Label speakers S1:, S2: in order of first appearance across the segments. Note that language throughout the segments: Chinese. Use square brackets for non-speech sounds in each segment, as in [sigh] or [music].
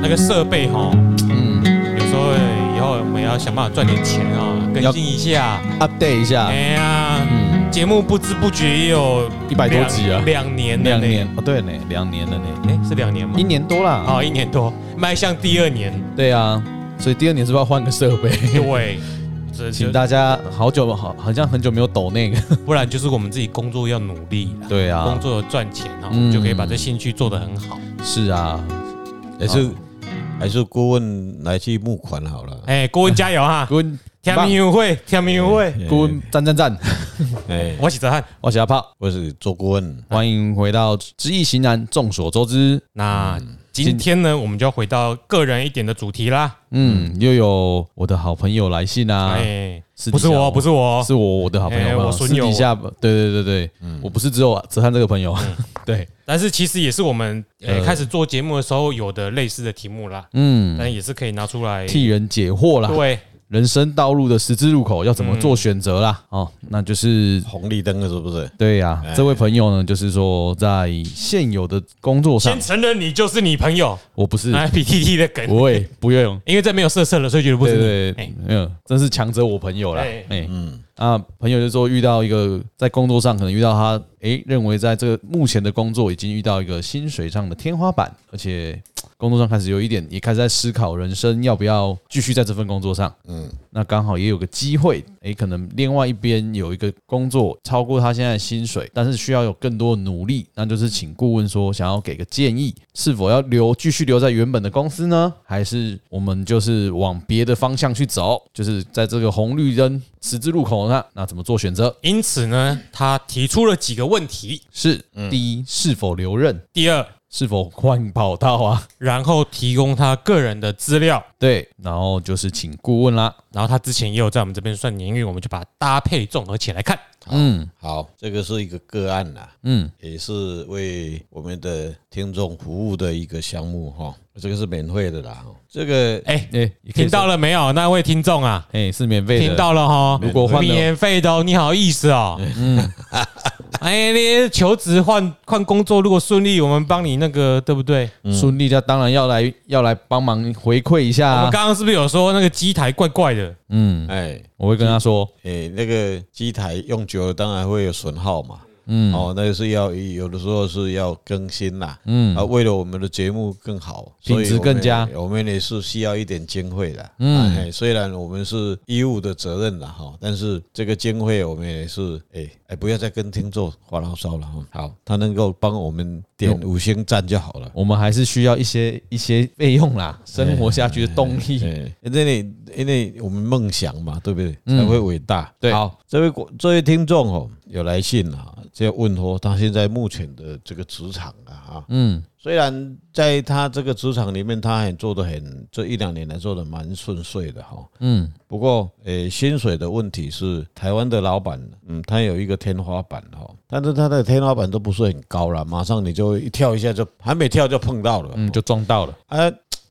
S1: 那个设备哈，
S2: 嗯
S1: 有时候以后我们要想办法赚点钱啊，更新一下。
S2: ，update 一下，
S1: 哎呀，
S2: 嗯，
S1: 节目不知不觉也有
S2: 100多集啊
S1: 两两年了
S2: 两
S1: 呢
S2: 年，哦，对呢，两年了呢，
S1: 哎，是两年吗
S2: 一？年多啦。
S1: 哦，一年多，迈向第二年，
S2: 对啊，所以第二年是不是要换个设备？ [laughs]
S1: 对，这
S2: 请
S1: 就
S2: 大家好久好好像很久没有抖
S1: [laughs]
S2: 那个，
S1: 不然就是我们自己工作要努力啦，
S2: 对
S1: 工
S2: 啊，
S1: 作赚钱啊，
S2: 嗯
S1: 就可以把这兴趣做得很好。
S2: 是啊，
S3: 还是还是顾问来去募款好了。
S1: 哎，郭文加油哈！
S2: 滚
S1: 天明运
S2: [laughs]
S1: 会，天明运会，
S2: 滚赞赞赞，
S3: 哎，
S1: 我是泽汉。
S2: 我是阿炮，
S3: 我是周顾问，
S2: 欢迎回到知易行难，众所周知，
S1: 那
S2: 嗯
S1: 今天呢，我们就要回到个人一点的主题啦。
S2: 嗯，又有我的好朋友来信啊，
S1: 哎，
S2: 私底
S1: 不是
S2: 下
S1: 我，不是我，
S2: 是我我的好朋
S1: 哎
S2: 友，
S1: 我
S2: 我
S1: 损
S2: 私
S1: 友嗯
S2: 底下对对对对，我不是只有泽汉这个朋友， [laughs] 对，
S1: 但是其实也是我们呃
S2: 呃
S1: 开始做节目的时候有的类似的题目啦，
S2: 嗯，
S1: 但也是可以拿出来。
S2: 替人解惑啦，
S1: 对，
S2: 人生道路的十字路口要怎么做选择啦，哦，那就是
S3: 红绿灯了是不是？
S2: 对呀、
S1: 哎
S2: 这位朋友呢，就是说在现有的工作上
S1: 先，承认你就是你朋友，
S2: 我不是，
S1: 哎，PTT 的梗，
S2: 不会，
S1: [laughs]
S2: 不用，
S1: 因为这没有色色了，所以觉得不
S2: 对
S1: 是你。
S2: 对
S1: 哎
S2: 对，嗯，真是强者我朋友啦，
S1: 哎
S2: 哎，嗯，啊，朋友就说遇到一个在工作上可能遇到他，哎，认为在这个目前的工作已经遇到一个薪水上的天花板，而且嘖工作上开始有一点，也开始在思考人生要不要继续在这份工作上，嗯，那刚好也有个机会，哎，可能另外一边有一个工作超过他现在的薪水，但是需要有更多的努力，那就是请顾问说想要给个建议，是否要留继续留在原本的公司呢，还是我们就是往别的方向去走，就是在这个红绿灯十字路口那那怎么做选择？
S1: 因此呢，他提出了几个问题。
S2: 是第一，是否留任，
S1: 第二，
S2: 是否换跑道啊？ [laughs]
S1: 然后提供他个人的资料，
S2: 对，然后就是请顾问啦。
S1: 然后他之前也有在我们这边算年运，我们就把它搭配综合起来看。
S2: 嗯
S3: 好，这个是一个个案啦，
S2: 嗯，
S3: 也是为我们的听众服务的一个项目哈，这个是免费的啦。哈这个
S1: 哎、
S2: 哎，也可以
S1: 听到
S2: 说，
S1: 了没有，那位听众啊？
S2: 哎，是免费的，
S1: 听到了哈，
S2: 如果换了
S1: 免费的哦，你好意思哦。嗯， [laughs] 哎，你求职换换工作，如果顺利，我们帮你那个，对不对？
S2: 顺利，他当然要来要来帮忙回馈一下
S1: 我
S2: 啊
S1: 们。刚刚是不是有说那个机台怪怪的？
S2: 嗯，
S3: 哎
S2: 我会跟他说，
S3: 哎，那个机台用久了当然会有损耗嘛。嗯，哦，那个是要有的时候是要更新啦，嗯，啊，为了我们的节目更好，所以
S2: 品质更佳
S3: 我们，我们也是需要一点经费的，嗯、哎，虽然我们是义务的责任了哈，但是这个经费我们也是，哎哎，不要再跟听众发牢骚了哈，好，他能够帮我们
S2: 嗯
S3: 点五星赞就好了。
S2: 我们还是需要一些一些费用啦，生活下去的动力。
S3: 哎，因为因为我们梦想嘛，对不对？才会伟大。
S2: 嗯对，
S1: 好，
S3: 这位国这位听众哦，有来信啊，就问说他现在目前的这个职场啊，啊，
S2: 嗯
S3: 虽然在他这个职场里面，他很做的很这一两年来做的蛮顺遂的哈，
S2: 嗯，
S3: 不过呃，薪水的问题是台湾的老板，嗯，他有一个天花板哈，但是他的天花板都不是很高了，马上你就一跳一下就还没跳就碰到了，
S2: 嗯，就撞到了。
S3: 啊，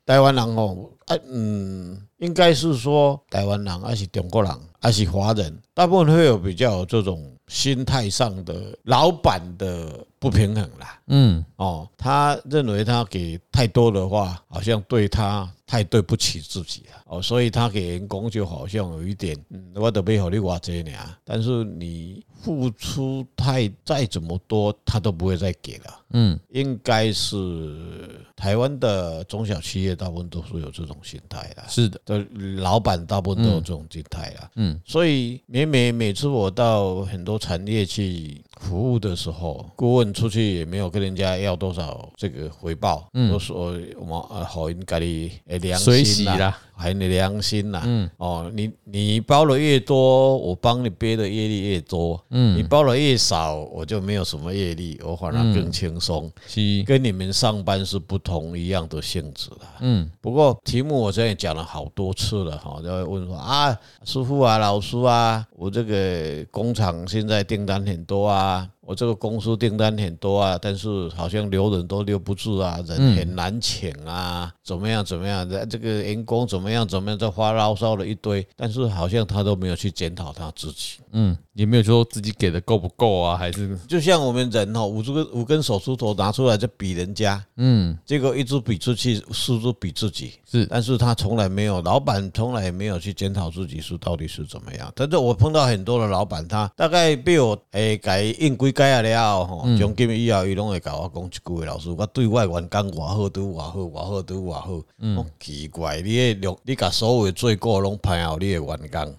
S3: 台湾人哦，啊，嗯，应该是说台湾人还是中国人还是华人，大部分会有比较有这种心态上的老板的不平衡啦。
S2: 嗯
S3: 哦，他认为他给太多的话，好像对他太对不起自己了。哦，所以他给员工就好像有一点，嗯，我都没好你偌济呢，但是你付出太再怎么多，他都不会再给了。
S2: 嗯，
S3: 应该是台湾的中小企业大部分都是有这种心态的。
S2: 是的，
S3: 的老板大部分都有这种心态啦，嗯，所以每每每次我到很多产业去服务的时候，顾问出去也没有跟人家要多少这个回报，嗯，都说我们啊好应该的良
S2: 随喜
S3: 心
S2: 啦
S3: 啦，还有你的良心啦，嗯，哦，你你包的越多，我帮你背的业力越多，嗯，你包的越少，我就没有什么业力，我反而更轻松，
S2: 七，
S3: 跟你们上班是不同一样的性质啦。
S2: 嗯
S3: 不过题目我这也讲了好多次了哈，就会问说啊，师傅啊，老师啊，我这个工厂现在订单很多啊，我这个公司订单很多啊，但是好像留人都留不住啊，人很难请啊，怎么样怎么样，这个员工怎么样怎么样，这发牢骚了一堆，但是好像他都没有去检讨他自己。
S2: 嗯，也没有说自己给的够不够啊，还是
S3: 就像我们人哈、哦五这个五根手指头拿出来就比人家，嗯，结果一直比出去，四只比自己，
S2: 是
S3: 但是他从来没有，老板从来也没有去检讨自己是到底是怎么样。但是我碰到很多的老板，他大概被我诶改应规改啊了后，吼从今以后，伊拢会甲我讲一句话，老师，我对我的员工偌好，对偌好，偌好，对偌好。我奇怪，你的良你甲所有的罪过拢判后你的员工。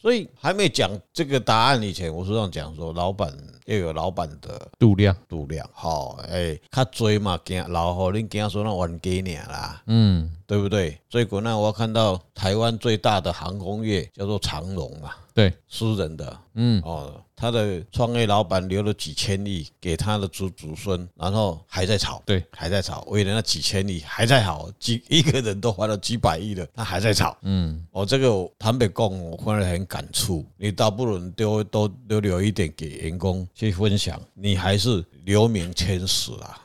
S3: 所以还没讲这个答案以前，我是这样讲说，老板要有老板的
S2: 度量。
S3: 度量，吼、诶、较侪嘛，惊老吼恁惊说那冤家尔 [laughs] 啦，
S2: 嗯，
S3: 对不对？最近呢，我看到台湾最大的航空业叫做长荣啊，
S2: 对，
S3: 私人的，
S2: 嗯，
S3: 哦，他的创业老板留了几千亿给他的祖祖孙，然后还在吵，
S2: 对，
S3: 还在吵，为了那几千亿还在吵，几 [laughs] 一个人都花了几百亿了，他还在吵，嗯，哦，这个我坦白讲，我看了很感触，你倒不如丢多留留一点给员工去分享，你还是留名千史啊，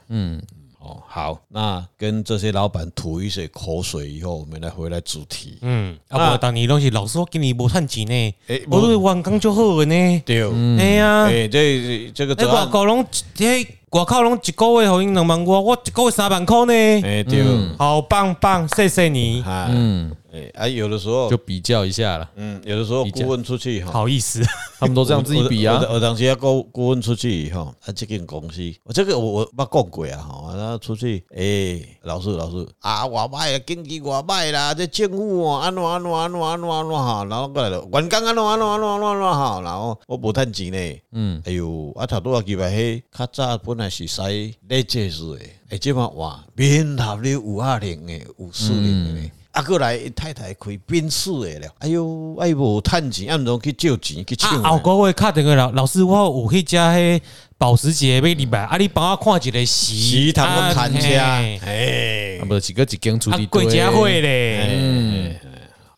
S3: 哦，好，那跟这些老板吐一些口水以后，我们来回来主题。
S1: 嗯，啊，无当年拢是老师我今年无趁钱呢哦
S3: 诶，
S1: 我对员工就好的呢。
S3: 对，
S1: 哎呀，
S3: 哎，这这个
S1: 哎，
S3: 专
S1: 外
S3: 案，
S1: 口拢迄外口拢一个月互因两万外，我一个月三万块呢，
S3: 哎，对，
S1: 好棒棒，谢谢你，
S3: 啊，嗯，哎，啊，有的时候
S2: 就，比较一下啦。
S3: 嗯，有的时候顾问出去哈，
S1: 好意思，
S2: 他们都这样自己比啊
S3: 我。我我当时要顾顾问出去以后，啊，这间公司，我这个我我捌讲过啊，吼，啊，那出去，哎，老师老师，啊，外卖啊，经济外卖啦，这政府哦，安怎安怎安怎安怎安怎哈，然后过来了，员工安怎安怎安怎安怎安怎哈，然后我无趁钱呢，嗯，哎哟，啊，头拄啊，记白迄较早本来是使咧这事诶，哎，即嘛换免头咧有二零诶，有四零
S2: 嗯
S3: 诶。啊，过来他太太开宾士的了，哎哟，哎无趁钱，啊，毋通去借钱去抢
S1: 啊，
S3: 的。
S1: 后个月敲电话老老师，我有去食迄保时捷要礼拜，啊，你帮我看一个时
S3: 食堂拢砍车，
S1: 啊
S3: 哎
S1: 嘿、
S2: 啊，不是几个几间出
S1: 啊
S2: 地，
S1: 贵家会嘞，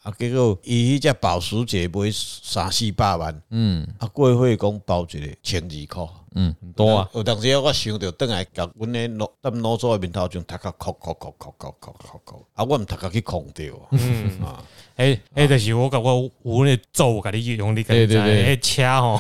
S3: 啊，结果伊迄只保时捷买三四百万，嗯，啊，过会讲包一个千二箍，
S2: 嗯，很多啊。
S3: 有当时我想着倒来甲阮诶老踮老祖诶面头前读甲哭哭哭哭哭哭哭哭，啊，我毋读甲去空着，嗯啊，
S1: 哎哎，就是我感觉有咧做，甲你用你甲你
S2: 对对对
S1: 迄车吼，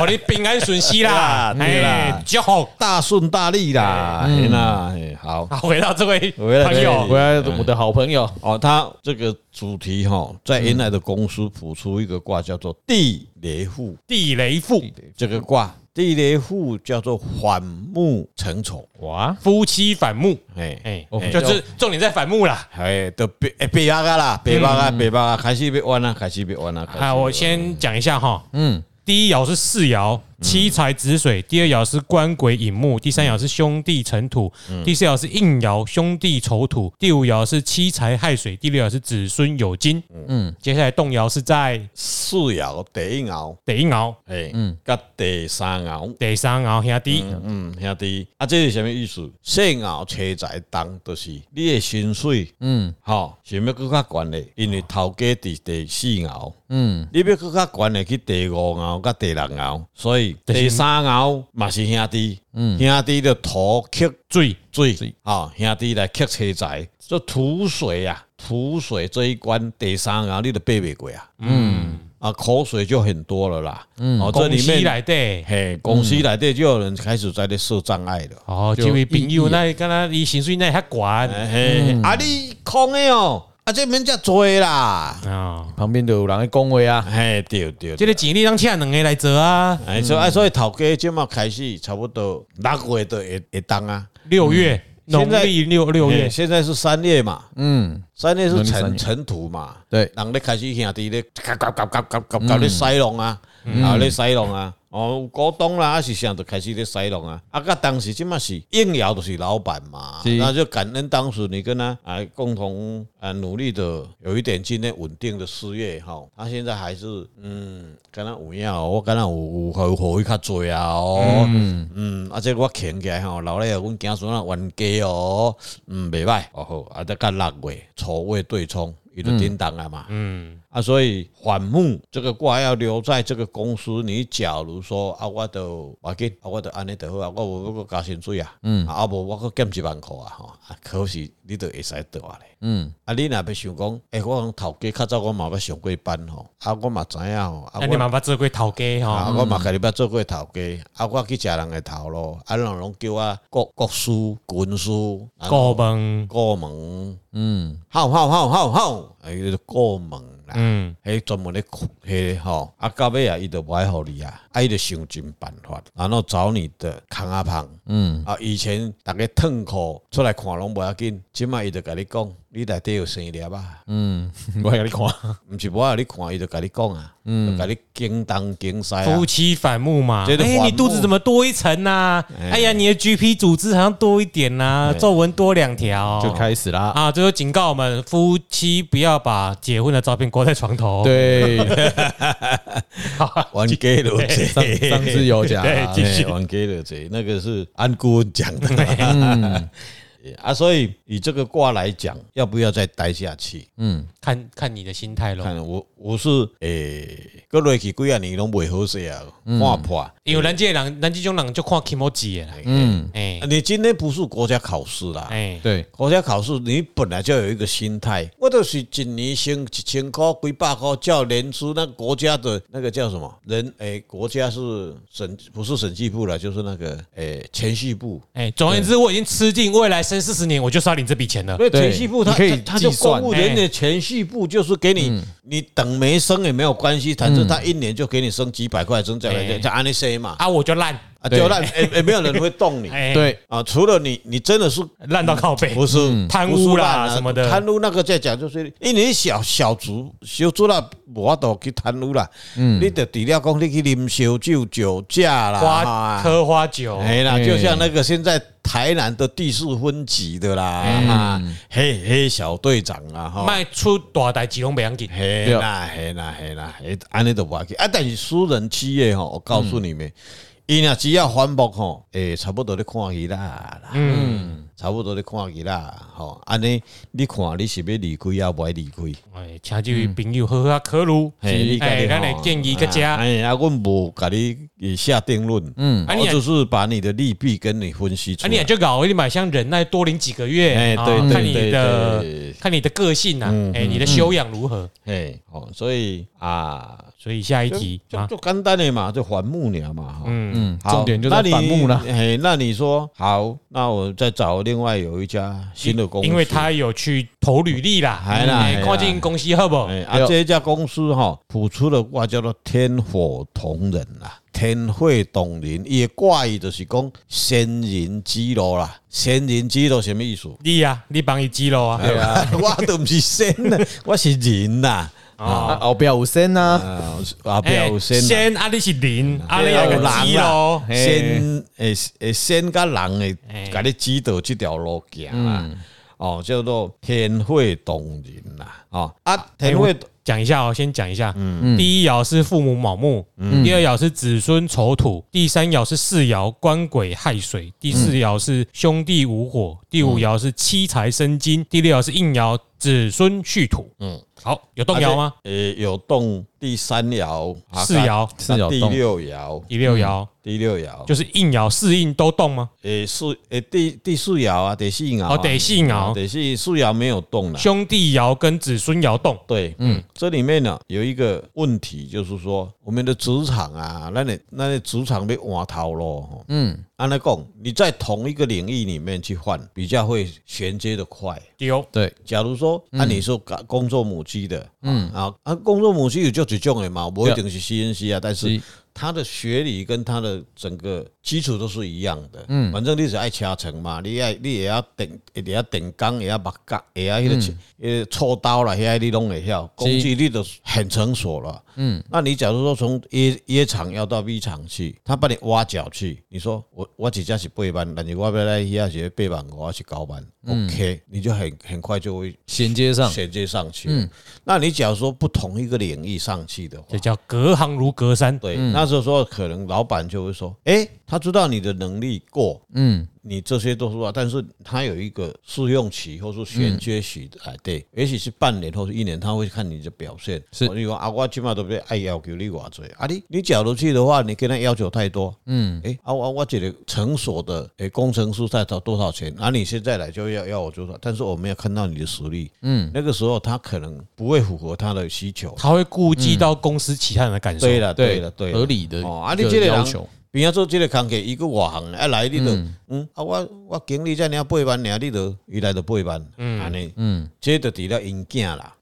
S1: 哦你平安顺息啦，
S3: 对啦
S1: 哎，祝福。
S3: 大顺大利啦，嘿啦，嘿好。
S1: 啊，回到这位
S3: 回来
S1: 朋
S2: 回
S1: 友，
S2: 来，我的好朋友，
S3: 哦，他这个主题哈、在原来的公司谱出一个卦，叫做地雷户
S1: 地雷富
S3: 这个卦，地雷户叫做反目成仇，
S2: 哇，
S1: 夫妻反目，
S3: 哎
S1: 哎
S2: 哦，
S1: 就是重点在反目啦。
S3: 哎，都北哎北巴嘎啦，啊北巴嘎，北巴嘎，开始被弯了，开始被弯了。开始
S1: 啊，我先讲一下哈，嗯，第一爻是世爻，七财止水；第二爻是官鬼引木；第三爻是兄弟成土；
S3: 嗯
S1: 第四爻是应爻，兄弟丑土；第五爻是七财亥水；第六爻是子孙有金。嗯，接下来动爻是在
S3: 四爻第一爻，
S1: 第一爻、
S3: 哎，嗯，甲第三爻，
S1: 第三爻兄弟，
S3: 嗯，兄弟，啊，这是什么意思？四爻车财当，就是你的薪水，嗯，吼，想要更较悬的，因为头家伫第四爻，嗯，你要更较悬的去第五爻、甲第六爻，所以
S1: 就是
S3: 第三爻嘛是兄弟，嗯，兄弟的土克。
S1: 最
S3: 水啊、兄弟来克车财，这土水啊，土水这一关第三啊，你都背袂过啊，嗯，啊，口水就很多了啦，嗯，哦，这
S1: 恭
S3: 里
S1: 喜
S3: 面
S1: 来的。
S3: 嘿，公司内底就有人开始在那设障碍了。
S1: 哦，这位朋友，那敢若伊薪水那遐悬
S3: 嘿，啊，你空的哦，啊，这免遮做啦，
S1: 啊，
S2: 旁边就有人在恭维
S3: [laughs]
S2: 啊，
S3: 嘿，对对
S1: 这
S3: 对
S1: 个钱你当请两个来做啊。
S3: 哎，所以啊所以头家即嘛开始差不多六月都会会当啊，
S1: 六月，农
S3: 嗯现在嗯啊
S1: 历六六
S3: 嘿
S1: 月，
S3: 现在是三月嘛，
S2: 嗯，
S3: 三月是
S2: 农历三
S3: 尘
S2: 月
S3: 尘土嘛，
S2: 对，嗯
S3: 人咧开始兄弟咧，夹夹夹夹夹夹夹咧使弄啊，啊咧使弄啊，哦，有股东啦，还是啥就开始咧使弄啊，啊，甲当时即嘛是应爻就是老板嘛，
S2: 是
S3: 啊那就感恩当时你跟他啊共同啊努力的，有一点今天稳定的事业哈，他现在还是嗯，敢若有影哦，我敢若有有有互伊较多啊哦，嗯，啊，这我扛起来吼，老咧阮囝孙啊冤家哦，嗯，袂歹，哦好，啊，再甲六月初月对冲，伊就叮当啊嘛，
S1: 嗯，
S3: 啊，啊，所以反目这个卦要留在这个公司。你假如说啊，我都我紧啊，我都安尼就好啊，我无要个加薪水啊，嗯，啊无我个减一万块啊，吼，啊，可是你都会使倒啊咧，嗯，啊，你若要想讲，诶、我讲头家较早我嘛要上过班吼，啊，我嘛知影吼，啊，
S1: 那
S3: 我
S1: 你嘛哦把这个头家
S3: 啊，
S1: 哈，
S3: 我嘛家己捌做过头家，啊，我去食人诶头路，啊，人拢叫我国国师、军师、啊
S1: 顾问，
S3: 顾问，嗯，好好好好好，哎，迄个顾问啦，
S1: 嗯，
S3: 迄专门咧哭，迄个吼，啊，到尾啊，伊就无爱互你啊，啊，伊就想尽办法，然后找你的康阿胖，嗯，啊，以前逐个脱裤出来看拢无要紧，即摆伊就甲你讲，你内底有生粒啊。
S2: 我给你看，
S3: 毋是我啊，你看伊就甲你讲啊，就甲你惊东惊 [laughs] 西啊，
S2: 哎
S1: 夫妻反目嘛。
S3: 这就
S1: 哎，
S3: 反
S1: 你肚子
S3: 目
S1: 怎么多一层呐？哎呀，你的 GP 组织好像多一点呐，皱纹多两条，
S2: [laughs] 哎就开始啦。
S1: 啊，这就警告我们夫妻不要把结婚的照片挂在床头。，
S2: 对，
S3: 玩给 [laughs] 了这，
S2: 上上次有讲啊，
S1: 对继续
S3: 玩给了这，那个是按顾问讲
S1: [laughs] 嗯
S3: 的。 [laughs] 啊，所以以这个卦来讲，要不要再待下去？
S1: 嗯看看你的心态咯。
S3: 看我我是诶，过落去几啊年拢袂好势啊，
S1: 嗯
S3: 看破。啊
S1: 因为咱这个人，咱这种人就看 i m o j i 啦。
S2: 嗯， [laughs]
S1: 哎
S3: 你今天不是国家考试啦，
S1: 哎，
S2: 对，
S3: 国家考试你本来就有一个心态，我都是一年升一千块、几百块，叫年初那国家的那个叫什么人？诶、国家是审不是审计部了，就是那个诶、前序部，
S1: 哎，总而言之，我已经吃尽未来三四十年，我就是要领这笔钱了
S3: 因。为
S2: 对
S3: 前序部他
S2: 你可以
S3: 他他就
S2: 计算
S3: 公务人员的前序部就是给
S1: 嗯
S3: 你，你等没升也没有关系，反正他一年就给你升几百块，升这
S1: 哎
S3: 样就按那些嘛，
S1: 啊，我就烂，
S3: 啊，
S2: 对
S3: 就让也也没有人会动你
S1: [laughs] 哎，，
S2: 对，嗯
S3: 啊，除了你，你真的是
S1: 烂到靠背，
S3: 不是
S1: 嗯贪
S3: 不是
S1: 污啦
S3: 烂啊
S1: 什么的
S3: 贪污那个在讲就是，因为你小小卒小卒啦，无法度去贪污啦。
S1: 嗯
S3: 你就除了讲你去啉烧酒、酒驾啦，
S1: 花
S3: 哈
S1: 喝花酒，
S3: 哎啦，
S2: 啊哎
S3: 就像那个现在台南的第四分局的啦，哈黑黑小队长啊，
S2: 哦
S3: 哈。
S1: 嗯卖出大台吉隆北洋紧。
S3: 嘿啦嘿啦嘿啦，嘿，安尼都无要紧。啊，但是私人企业吼，我告诉你们，伊若只要反目吼，诶，差不多咧看伊啦，嗯，差不多咧看伊啦，吼，安尼你看你是要离开啊，无爱离开。
S1: 哎，请这位朋友喝喝可鲁，
S3: 嗯嘿你自
S1: 哎，
S3: 己
S1: 咱
S3: 吼
S1: 来建议个家，
S3: 哎啊，阮无甲你呃下定论，嗯，
S1: 啊你
S3: 我就是把你的利弊跟你分析出
S1: 啊，你
S3: 来
S1: 也。就搞，你买箱忍耐多领几个月，
S3: 哎
S1: 啊
S3: 对对
S1: 看你
S3: 对
S1: 的
S3: 对嗯
S1: 看你的个性啊，哎，你的修养如何？
S3: 嘿，哦，所以啊，
S1: 所以下一
S3: 就
S1: 题
S3: 就
S1: 啊，
S3: 就简单的嘛，就反目鸟嘛，哈，
S1: 嗯，
S3: 好
S2: 重点就在反目啦
S3: 那你哎，那你说好，那我再找另外有一家新的公司，
S1: 因为他有去投履历啦，
S3: 哎啦
S1: 哎
S3: 哎啦
S1: 跨境公司好不好？
S3: 哎啊，这一家公司哈、谱出了卦叫做天火同人啦，天会同人，伊的卦意就是讲仙人指路啦，仙人指路什么意思？
S1: 你呀，你帮伊记咯啊，
S3: 对啊， [laughs] 我都不是仙呐，我是人呐，
S2: 啊，
S3: 哦
S2: 后边有身啊，
S3: 啊，啊，哎不
S1: 哎
S3: 要有仙啦。
S1: 先啊，你是零，啊，你
S3: 要
S1: 有个鸡咯，
S2: 嘿
S3: 先诶诶，先甲人诶
S1: 嘿，嗯
S3: 甲你指导即条路行啦。哦，叫做天会动人啦。哦啊，
S1: 哎
S3: 天
S1: 我
S3: 会
S1: 讲一下哦，先讲一下。第一爻是父母卯木，第二爻是子孙丑土，第三爻是四爻官鬼亥水，第四爻是兄弟午火，第五爻是七财生金，第六爻是应爻子孙戌土。嗯，好，有动摇吗？？
S3: 诶，有动第三爻、啊
S1: 四爻
S2: 四爻
S3: 啊第
S2: 动
S3: 六爻、
S1: 第六爻
S3: 第六爻，
S1: 就是应爻四应都动吗？
S3: 诶四诶第第四爻啊，第四爻啊
S1: 哦，得四
S3: 啊
S1: 爻，
S3: 第四四爻没有动啦。
S1: 兄弟爻跟子孙爻动。
S3: 对，嗯，这里面呢有一个问题，就是说我们的职场啊，那你那你职场被换头咯，嗯，按来讲，你在同一个领域里面去换，比较会衔接的快。
S1: 丢
S2: 对，
S3: 假如说，啊，你说工工作母鸡的，嗯啊啊，工作母鸡有就几种的嘛，不一定是 CNC 啊，但是
S2: 是
S3: 它的学理跟它的整个基础都是一样的，嗯，反正你是爱车程嘛，你爱你也要顶，也要顶缸，也要木缸，也要那个切呃锉刀啦，遐你拢会晓，工具你都很成熟了，嗯，那你假如说从 A A 厂要到 B 厂去，他把你挖角去，你说我我只家是八万，但是我要来遐是八万五还是九万，OK，你就很很快就会
S2: 衔接上，
S3: 衔接嗯上去。嗯，那你假如说不同一个领域上去的话
S1: 这，叫隔行如隔山。
S3: 对，那时候说可能老板就会说，哎，他知道你的能力过，嗯，你这些都是啊，但是它有一个试用期或是衔接期啊，对，也许是半年或是一年，他会看你的表现。
S2: 是
S3: 我就说啊，我起码都不爱要求你偌济啊，你你假如去的话，你跟他要求太多，嗯，诶，啊我我觉得成所的诶工程师在找多少钱，啊你现在来就要要我多少，但是我没有看到你的实力，嗯，那个时候他可能不会符合他的需求。
S1: 他会顾及到公司其他嗯人的感受。
S3: 对了，对了，对
S2: 合
S3: 了。
S2: 理的
S3: 哦啊
S2: 一
S3: 你
S2: 个
S3: 这个人
S2: 要求，
S3: 比方说，这个工课伊个外行啊来，你就嗯啊，我我经理才领八万尔，你就伊来就八万，安尼，嗯，这就除了因囝啦，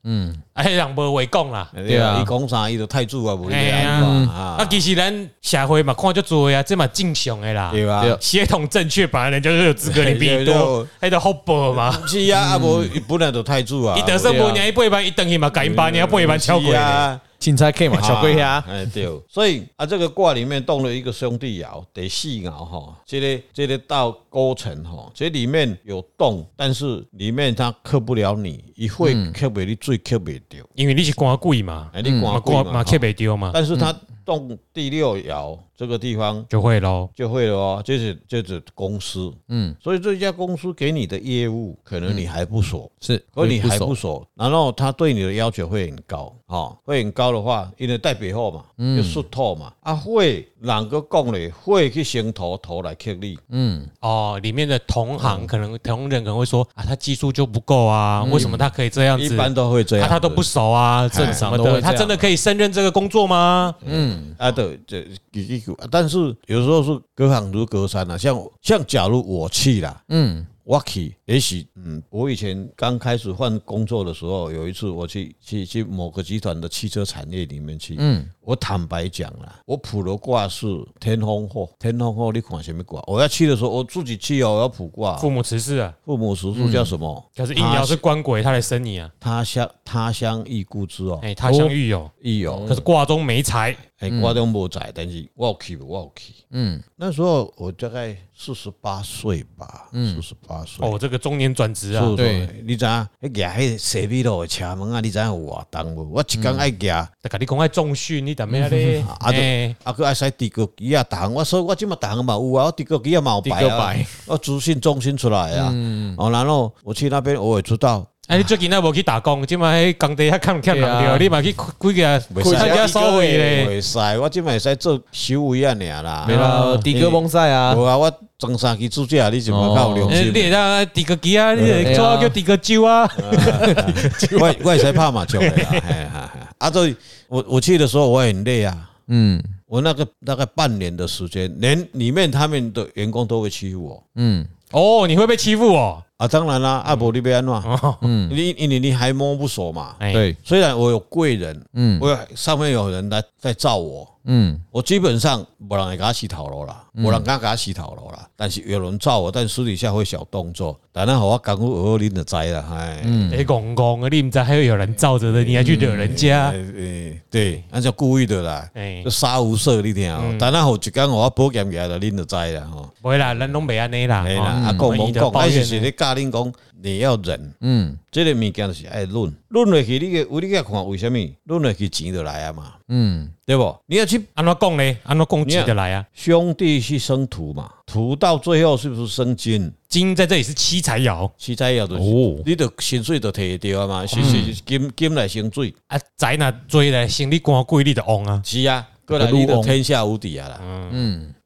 S1: 哎，人无话讲啦。
S3: 对
S2: 啊
S3: 伊讲啥伊就太子啊，无
S1: 哎
S3: 咧
S1: 呀
S3: 啊
S1: 啊，，其实咱社会嘛，看就多啊，这嘛正常的啦。
S3: 对吧？
S2: 对
S1: 血统正确，本来人家就有资格，你比你多
S3: [laughs] 对，
S1: 还得好报嘛。
S3: 是啊，啊无伊本来就太子啊，嗯
S1: 伊得胜无娘，伊背班，伊等伊嘛，改班，你要背班超过
S3: 是
S1: 的。
S3: 啊。
S2: 青菜 K 嘛，小龟呀，
S3: 哎对，所以啊，这个卦里面动了一个兄弟爻，得细爻哈，这个这个到勾层哈，这里面有动，但是里面它克不了你，一会
S2: 嗯
S3: 克不了你，最克不掉，
S1: 因为你是官贵嘛，
S3: 哎，你
S1: 嘛
S3: 管
S1: 官
S3: 管
S1: 嘛克，北丢
S2: 啊
S1: 嘛，
S3: 但是
S2: 嗯
S3: 它动第六爻这个地方。
S1: 就会咯。
S3: 就会了哦，这是这是公司，嗯，所以这家公司给你的业务，可能
S2: 嗯
S3: 你还不熟，
S2: 是，
S3: 可你还
S2: 熟
S3: 不熟，然后他对你的要求会很高，哦，会很高的话，因为代表后嘛，
S1: 嗯
S3: 就熟透嘛，啊会人个讲咧，会去先头头来克你，
S1: 哦，里面的同
S3: 嗯
S1: 行可能同仁可能会说啊，他技术就不够啊，为什么他可以这样
S3: 一
S1: 子？
S3: 般都会这
S1: 啊，
S3: 样，
S1: 他都不熟
S3: 哎
S1: 啊，正常
S2: 都会这
S1: 的。
S2: 样
S1: 他真的可以胜任这个工作吗？
S3: 啊，对，这几句，但是有时候是隔行如隔山啊，像像假如我去啦，嗯。我去，也许，嗯，我以前刚开始换工作的时候，有一次我去去去某个集团的汽车产业里面去，嗯，我坦白讲啦，我普罗卦是天风后，天风后你看什么卦？我要去的时候，我自己去哦，我要卜卦哦、
S1: 父母辞世啊，
S3: 父母叔叔叫什么？
S1: 可是硬要是官鬼，他来生你啊，
S3: 他乡他乡遇故知哦，
S1: 哎，他相遇有，
S3: 亦有，
S1: 可是卦中没财，
S3: 哎，
S2: 嗯
S3: 我都无在，但是我有去，我有去。嗯，那时候我大概四十八岁吧，四十八岁。
S1: 哦，这个中年转职啊
S3: 四，十
S2: 嗯对
S3: 岁，你知影？迄举迄蛇尾路的车门啊，你知影有偌重无？我一
S2: 嗯
S3: 工爱举，啊，
S1: 就跟你讲爱重训，你怎么样咧？ [laughs]
S3: 啊就
S1: 哎，
S3: 佫爱使地沟机啊重。我所以我即么重嘛有啊，我地沟机啊嘛有摆
S2: 地沟
S3: 啊
S2: 牌，嗯
S3: 我资讯中心出来啊。哦，然后我去那边，我也知道，
S1: 哎，你最近那无去打工，即嘛喺工地遐看看人
S2: 对
S1: 着，
S2: 啊
S1: 你嘛去几个
S3: 袂使啊
S1: 几个收费咧，
S3: 袂使，我即会使做收尾啊尔啦。
S2: 没了，迪哥崩赛啊哦
S3: 无，啊，我装三支主架，你就无较有良
S1: 哎
S3: 心
S1: 你。会当滴个鸡啊，你会做啊叫滴个酒啊，
S3: 嗯我我也才怕麻将的啦。嘿嘿嘿啊，所以我我去的时候我也很累啊。
S2: 嗯
S3: 我那个大概半年的时间，连里面他们的员工都会欺负我
S2: 嗯，
S1: [laughs] 哦，你会被欺负哦，
S3: 啊！当然啦，阿伯那边嘛，你你你你还摸不熟嘛。
S1: 哎，
S2: 对，
S3: 虽然我有贵人，
S2: 嗯
S3: 我有上面有人来在罩我，
S2: 嗯
S3: 我基本上没人会给他洗头路啦，没人敢给他洗头路啦。但是有人罩我，但私底下会小动作，但那好我功夫学恁就知啦，哎。
S1: 哎，公公，你唔知还有人罩着的，你还去惹人家，
S3: 诶诶，对，那就故意的啦，
S1: 哎
S3: 就杀无赦你听哦。但那好，一工我保险起来了，恁就知啦吼。
S1: 不会啦，人拢袂安尼啦，
S3: 哎啦，
S1: 哦
S3: 啊，讲
S1: 万一
S3: 讲
S1: 就
S3: 讲，
S1: 抱
S3: 那
S1: 怨
S3: 是
S1: 呢
S3: 是咧教恁讲，你要忍，
S2: 嗯
S3: 这个物件就是爱忍，忍落去你个有你个看为什么？忍落去钱就来啊嘛，
S2: 嗯，
S3: 对不？你要去
S1: 安怎讲咧？安怎讲起得来啊？
S3: 兄弟去生土嘛，土到最后是不是生金？
S1: 金在这里是七财爻
S3: 七财要就是
S2: 哦
S3: 你的薪水就摕得到啊嘛，是是是金金来生水，
S1: 啊，财若做咧，生理官贵你就旺啊，
S3: 是啊，过来
S2: 就愈
S3: 你就
S2: 旺
S3: 天下无敌啊啦，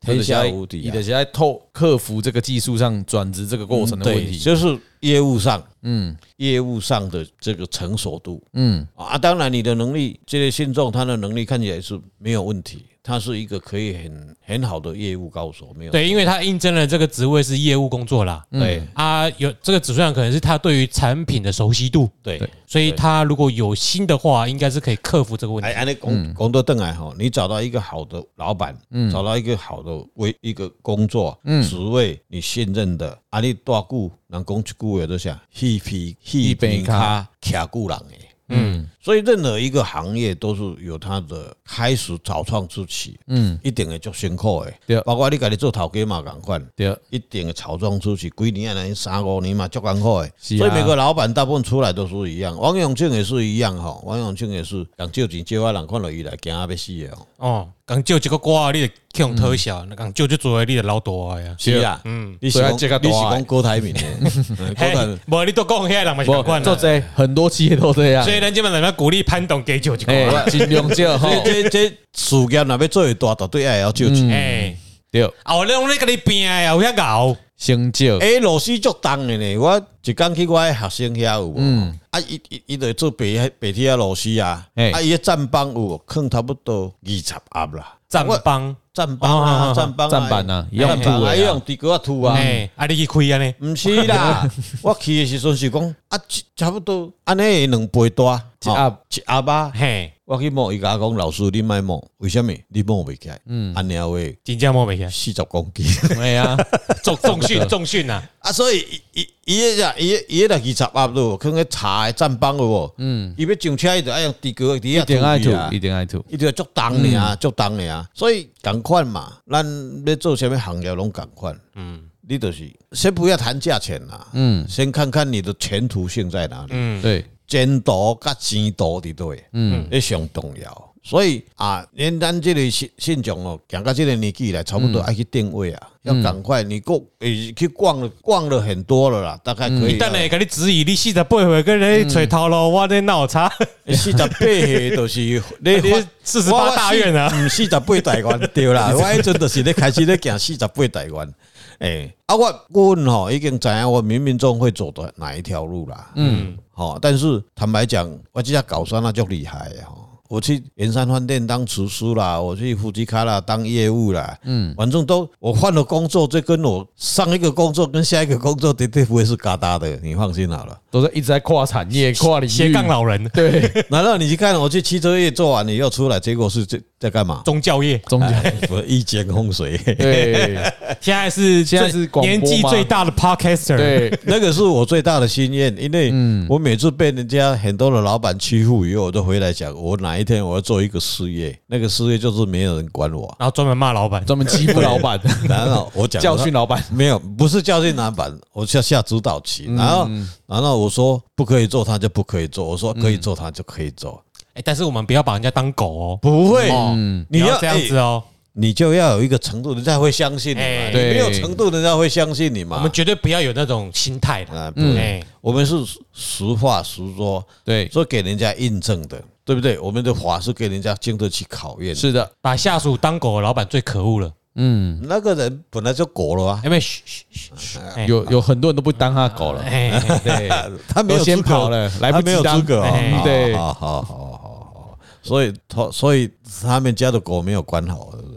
S3: 天下无敌啊
S2: 你的是在透克服这个技术上转职这个过程的问
S3: 嗯对，
S2: 题，
S3: 就是业务上。
S2: 嗯
S3: 业务上的这个成熟度
S2: 嗯
S3: 啊，当然你的能力，这些信众他的能力看起来是没有问题，他是一个可以很很好的业务高手，没有
S1: 对，因为他应征了这个职位是业务工作啦，
S2: 嗯
S3: 对
S1: 啊，有这个指数上可能是他对于产品的熟悉度，
S3: 对。
S1: 所以他如果有心的话，应该是可以克服这个问
S3: 哎，
S1: 题。
S3: 安尼工工作邓来哈，你找到一个好的老板，找到一个好的为一个工作职位，你信任的，啊，你大久人讲一句话就是“戏皮戏皮卡卡久人诶”，嗯，所以任何一个行业都是有它的开始早创之期，嗯，一定会足辛苦的。
S2: 对
S3: 包括你家己做头家嘛，共款。
S2: 对，
S3: 一定的草创出去，几年啊，那三五年嘛，足艰苦的。
S2: 是啊
S3: 所以每个老板大部分出来都是一样，王永庆也是一样哈，王永庆也是讲借钱借我人看落伊来，惊啊要死的哦。
S1: 哦，讲借一个瓜，你就去互讨笑；那讲借就做，你就老大个呀。
S3: 是啊，嗯，你是
S2: 所以
S3: 讲
S2: 要借较大
S3: 你
S2: 的
S3: 是讲郭
S2: [laughs]
S3: 台铭的， [laughs] 嗯郭
S1: 嘿
S3: 台铭，
S1: 无你都讲遐人嘛是共款
S2: 不，
S1: 啦
S2: 做这很多企业都这样
S1: 所，以咱基本上要鼓励潘董给借一个。
S3: 哦
S2: 哎，尽量借哈。
S3: 这这这事业若要做得大，绝对也要借
S2: 嗯
S3: 钱。
S1: 哎，
S2: 对，
S1: 啊，我拢咧甲你拼的啊，有遐牛。
S2: 先借，
S3: 哎，老师足重的呢，我一工去我的学生遐有无，啊，伊伊伊就做白白铁啊老师啊，
S2: 嗯嘿
S3: 啊，伊的站板有无，囥差不多二十盒啦。
S1: 战帮，
S3: 站板
S1: 哦好好好
S3: 啊，站板
S2: 站板啊一
S3: 站
S2: 样
S3: 板
S2: 吐的啊
S3: 啊，一用地瓜吐啊。
S1: 哎，啊，你去开安尼，
S3: 毋是啦，
S2: [laughs]
S3: 我去的时阵是讲啊，这差不多安尼会两倍大，
S2: 一盒
S3: 吼一盒吧。
S1: 嘿，
S3: 我去摸伊甲我讲老师，你莫摸，为什么你摸袂起来？嗯，安尼话
S1: 真正摸袂起来，
S3: 四十公斤 [laughs]
S2: 哎呀，
S1: 重重训重训呐，
S3: 啊，所以伊伊伊个伊个伊个二十盒咯，放个茶的站板有无？嗯，伊要上车伊就爱用地瓜底下
S2: 一定爱
S3: 去啊
S2: 吐，一定爱吐。
S3: 伊就足重的啊，足重的啊，所以共款嘛，咱要做啥物行业拢共款。嗯，你就是先不要谈价钱啦，嗯，先看看你的前途性在哪里，
S2: 对，
S3: 前途甲前途伫对，嗯，这上重要。所以啊，连咱这个信信众哦，行到这个年纪来，差不多爱去定位啊，要赶快，你够诶去逛了，逛了很多了啦，大概可以啊。
S1: 等下甲你指引你四十八岁，跟咧找头路，我咧闹叉，
S3: [laughs] 四十八岁就是你
S1: 你48大院啊
S3: 毋四十 [laughs] 八大元对 [laughs] 啦，我迄阵就是咧开始咧行四十八大元。诶、啊我阮吼已经知影我冥冥中会走的哪一条路啦。嗯，吼，但是坦白讲，我即下搞山那就厉害的吼。我去盐山饭店当厨师啦，我去富吉卡啦当业务啦，嗯，反正都我换了工作，这跟我上一个工作跟下一个工作绝对不会是嘎搭的，你放心好了。
S2: 都在一直在跨产业、跨领
S1: [laughs]
S2: 域。
S1: 斜杠老人，
S2: 对，
S3: 难道你去看我去汽车业做完以后出来，结果是这在
S1: [laughs]
S3: 干嘛？
S1: 宗教业，
S2: 中间
S3: 我一间风水，
S2: 对
S1: 现在是
S2: 哎现在
S1: 最
S2: 是广播
S1: 年纪
S2: 吗
S1: 最大的 podcaster，
S2: 对，
S3: [laughs] 那个是我最大的心愿，因为我每次被人家很多的老板欺负以后，我都回来讲，我哪一天我要做一个事业，那个事业就是没有人管我，
S1: 然后专门骂老板，
S2: 专门欺负老板、
S3: 然后我讲
S2: 教训老板。
S3: 没有，不是教训老板，我下下指导棋，然后然后我说不可以做，他就不可以做，我说可以做，他就可以做，
S1: 哎，但是我们不要把人家当狗哦，
S3: 不会，
S2: 嗯
S1: 哦，
S3: 你
S1: 你
S3: 要
S1: 要这样子哦，
S2: 哎
S3: 你就要有一个程度，人家会相信你嘛，
S1: 哎
S3: 你没有程度，人家会相信你嘛，
S1: 我们绝对不要有那种心态啦，
S3: 啊，
S2: 嗯
S1: 哎，
S3: 我们是实话实说，
S2: 对，
S3: 说给人家印证的，对不对？我们的法是给人家经得起考验。
S2: 是的，
S1: 把下属当狗的老板最可恶了，
S2: 嗯，
S3: 那个人本来就狗了
S2: [laughs]
S3: 啊，
S1: 因为嘘嘘嘘嘘哎
S2: 有有很多人都不当他狗了，
S1: 哎，
S2: [laughs] 对，
S3: 他没有
S2: 都
S3: 资
S2: 先
S3: 格
S2: 跑了来不
S3: 他
S2: 及
S3: 没有资格
S2: 当
S3: 啊
S1: 哎
S3: 好
S2: 对
S3: 好好好好好。所以他所以他们家的狗没有管好，对不对？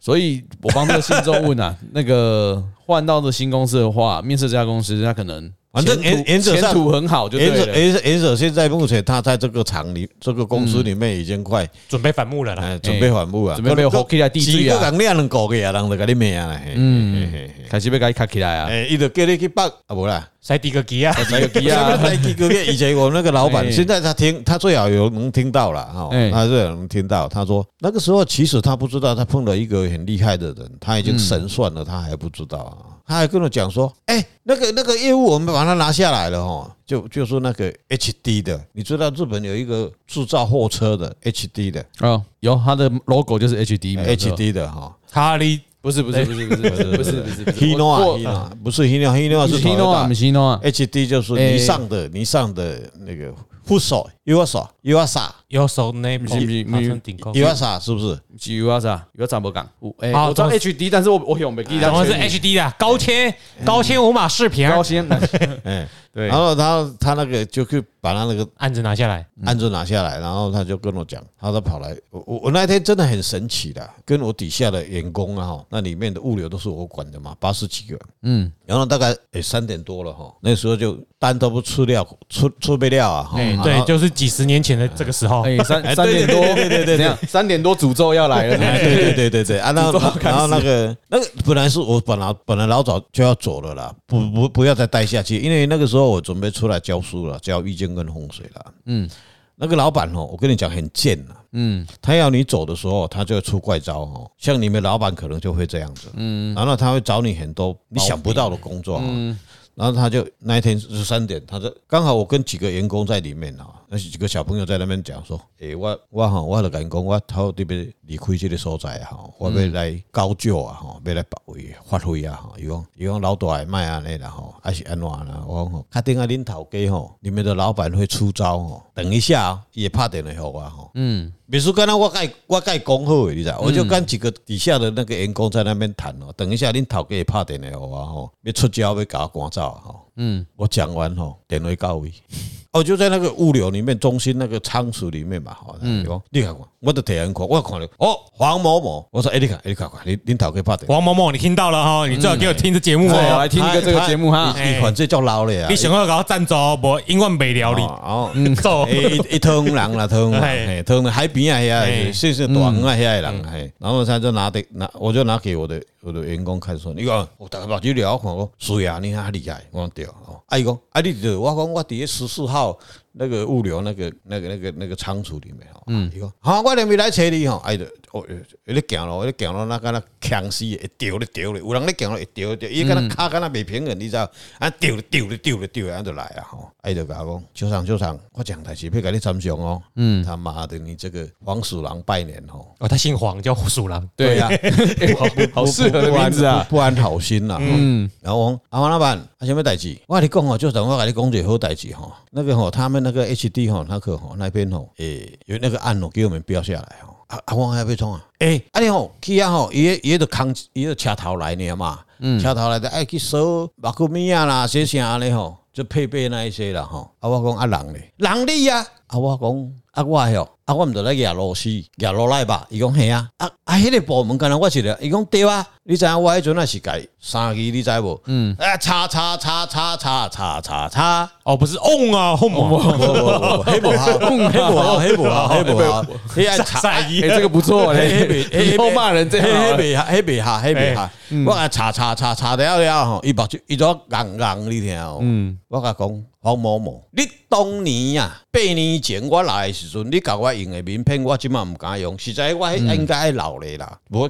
S2: 所以我帮这个信众问啊，那个换到的新公司的话，面试这家公司，他可能
S3: 反正
S2: 前途
S3: 原原则
S2: 前
S3: 上
S2: 途很好，就
S3: 严
S2: 对
S3: 者
S2: 了。
S3: 严者严者现在目前他在这个厂里这个公司里面已经快
S1: 准备反目了啦，
S3: 呃准备反目啊，
S2: 嗯哎准备被
S3: 还
S2: hockey 来地
S3: 几
S2: 罪
S3: 个
S2: 啊，
S3: 人两人狗个啊，人就给你命啊，嗯，
S2: 开始被他卡起来啊，
S3: 哎，伊就叫你去北啊，无啦。
S1: 塞
S2: 哎
S1: 第个吉啊，
S2: 没有
S3: [laughs]
S2: 低
S3: 啊，
S2: 啊，
S3: 在几个月以前，我那个老板，
S2: 哎
S3: 现在他听，他最好有能听到了哈，
S2: 哎
S3: 他最好能听到。他说那个时候其实他不知道，他碰到一个很厉害的人，他已经神算了，他还不知道啊。他还跟我讲说，哎，那个那个业务我们把它拿下来了哈，就就是那个 HD 的，你知道日本有一个制造货车的 HD 的
S2: 哦，有他的 logo 就是 HD 没有错
S3: HD 的哈
S1: 哈利
S2: 不是不是不是不是不是不是不是
S3: ，Hino 啊，不是 Hino，Hino 是
S2: Hino 啊，不
S3: Toyota
S2: 是 Hino 啊，
S3: HD 就是
S2: 哎
S3: 尼桑的，尼桑的那个副手 u s a u s a
S1: 有手那不
S2: 不是不是
S1: 顶高，
S3: u s a 是不是？
S2: 是 U 啊啥，U 啊啥无讲，有哎，
S1: 好
S2: 我知道
S1: 总
S2: HD，但是我我用没记
S1: 然
S2: 到
S1: 后是 HD 的高清高清无码视频，啊
S2: 高先，
S3: 哎，
S2: 啊 [laughs] 对
S3: 然，后他他那个就去把他那个
S1: 案子拿下来，
S3: 案子拿下来，然后他就跟我讲，他说跑来，我我我那天真的很神奇的，跟我底下的员工啊，哈，那里面的物流都是我管的嘛，八十几个，嗯，然后大概也三点多了哈，那时候就单都不吃料，出出备料啊，哈
S2: 哎
S1: 对，就是几十年前的这个时候，
S2: 哎，三三点多，对对对，怎样？三点多诅咒要来
S3: 哎
S2: [laughs] 了，
S3: 对对对对对啊！然后然后那个那个本来是我本来本来老早就要走了啦，不不不要再待下去，因为那个时候我准备出来教书了，教易经跟风水了。嗯，那个老板哦，我跟你讲很贱呐、嗯，他要你走的时候，他就会出怪招哦。像你们老板可能就会这样子，嗯，然后他会找你很多你想不到的工作、哦，然后他就那一天是三点，他就刚好我跟几个员工在里面啊，那几个小朋友在那边讲说，诶、我我哈，我就跟讲，我头这边离开这个所在哈，我要来高就啊哈，要来保卫发挥啊哈，伊讲伊讲老大卖安尼啦吼，还是安怎啦？我讲吼，确定啊，恁头家吼，你们的老板会出招吼，等一下哦伊会拍电话给我吼，嗯，秘书刚刚我盖我盖讲好的，你
S2: 嗯
S3: 知道，我就跟几个底下的那个员工在那边谈哦，等一下恁头家会拍电话给我啊吼，要出招要甲我赶走啊吼，嗯，我讲完吼，电话到位。 [laughs] 哦，就在那个物流里面，中心那个仓储里面嘛，吼，嗯，你看看，我的提人看，我看了，哦，黄某某，我说，哎、你看，哎、你看看，你领导给拍电话，
S1: 王某某，你听到了哈？你最好给我听这节目
S2: 对啊
S1: 哦。
S2: 来听一个这个节目哈
S3: 他他你反正叫老了呀，
S1: 你想要搞赞助，我永远没聊你。
S3: 哦，
S1: 走
S3: 哦，一一汤人
S1: [laughs]
S3: 啦，汤人，
S1: 嘿
S3: 嘿，汤人海边啊，
S1: 嘿嗯
S3: 遐是是短啊，遐的人，嘿，然后他就拿的拿，我就拿给我的我的员工看说，你看，我大家目睭了看，我说是啊，你很厉害，我讲对，哦，啊伊讲，啊你就我讲我伫咧十四号那个物流那个那个那个那个仓储里面，嗯，伊讲，好，我连未来找你吼，哎，就哦，你行咯，你行咯，那敢若强死，会掉咧掉咧，有人咧行咯会掉掉，伊敢若骹敢若袂平衡，你知道？啊掉咧掉咧掉咧掉咧，安就来啊吼，哎就甲我讲，小厂小厂，我讲代志要甲你参详哦，嗯，他妈的，你这个黄鼠狼拜年吼，
S1: [laughs] 哦，他姓黄，叫鼠狼。
S2: 对呀，哎 [laughs] 好好适合的名字啊，
S3: 不安好心呐、嗯，然后我讲阿黄老板，啊，什么代志？我跟你讲哦，就等我跟你讲一个好代志吼。那个吼，他们那个 HD 吼，那个吼那边吼，诶、有那个按钮给我们标下来吼。啊啊，我还要创啊！诶、啊你吼去啊吼，伊伊着扛伊着车头来呢嘛，车头来的爱去收目骨米啊啦，些啥咧吼，就配备那一些啦吼。啊，我讲啊人咧，人你啊，啊我讲啊我的哦，啊我毋着咧亚螺丝亚螺来吧，伊讲嘿啊，啊啊迄、个部门敢若我一个，伊讲对啊，你知影我迄阵啊是改三级，你知无？嗯，啊叉叉叉叉叉叉叉叉。
S1: 哦，不是 on 啊，home
S2: 哦
S1: [laughs]
S3: 无无无，迄无效，迄无效，迄无效，迄无效，迄爱
S1: 啊，
S3: 叉
S1: 晒衣
S2: 哎，这个不错嘞， [laughs] 以后骂人这
S3: 黑
S2: 样
S3: 白下，黑白下，黑白下。我啊查查查查了了吼，伊目睭伊都硬硬你听哦。嗯，我甲讲黄某某，你当年啊八年前我来的时阵，你甲我用的名片，我即满毋敢用，实在我应该爱老咧啦。我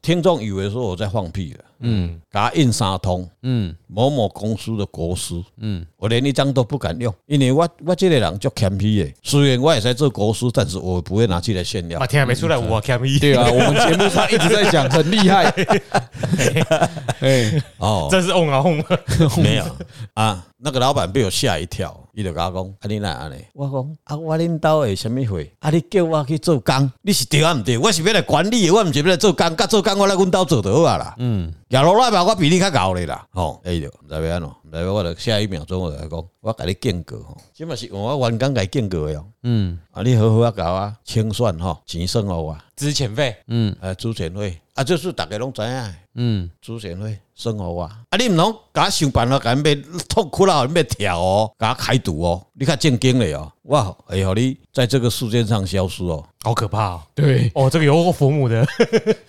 S3: 听众以为说我在放屁了。嗯，甲他印三通，嗯，某某公司的国师，嗯，我连一张都不敢用，因为我我这个人足谦虚的，虽然我也在做国师，但是我不会拿起来炫
S1: [laughs]
S3: 耀
S1: 啊，。天啊，没出来我 cam 一，
S2: 对啊，我们节目上一直在讲很厉害， [laughs] 哎，
S3: 哦，
S1: [laughs] 这是 on 啊 home。
S3: [laughs] 没有啊，那个老板被我吓一跳，伊就甲我讲，啊你哪安尼？我讲啊，我恁兜诶什么会？啊你叫我去做工，你是对啊毋对？我是要来管理的，我毋是要来做工，甲做工我来阮兜做就好啊啦。嗯，亚落来吧，我比你较贤咧啦。吼、哎着毋知要安怎，毋知要我着下一秒钟我就甲讲，我甲你警告吼，即嘛是用我员工甲伊警告诶哦。嗯，啊你好好啊搞啊，清算吼，钱算互我。
S1: [laughs] 资遣费，
S2: 嗯
S3: 呃，朱贤惠啊，这是大家拢知影。嗯，朱贤惠生活啊，啊，你毋通甲想办法甲买痛苦啦，买跳哦，甲开除哦，你较正经咧哦，我会互你在这个世界上消失哦。
S1: 好可怕哦！
S2: 对，
S1: 哦，这个有父母
S2: [laughs]
S1: 的，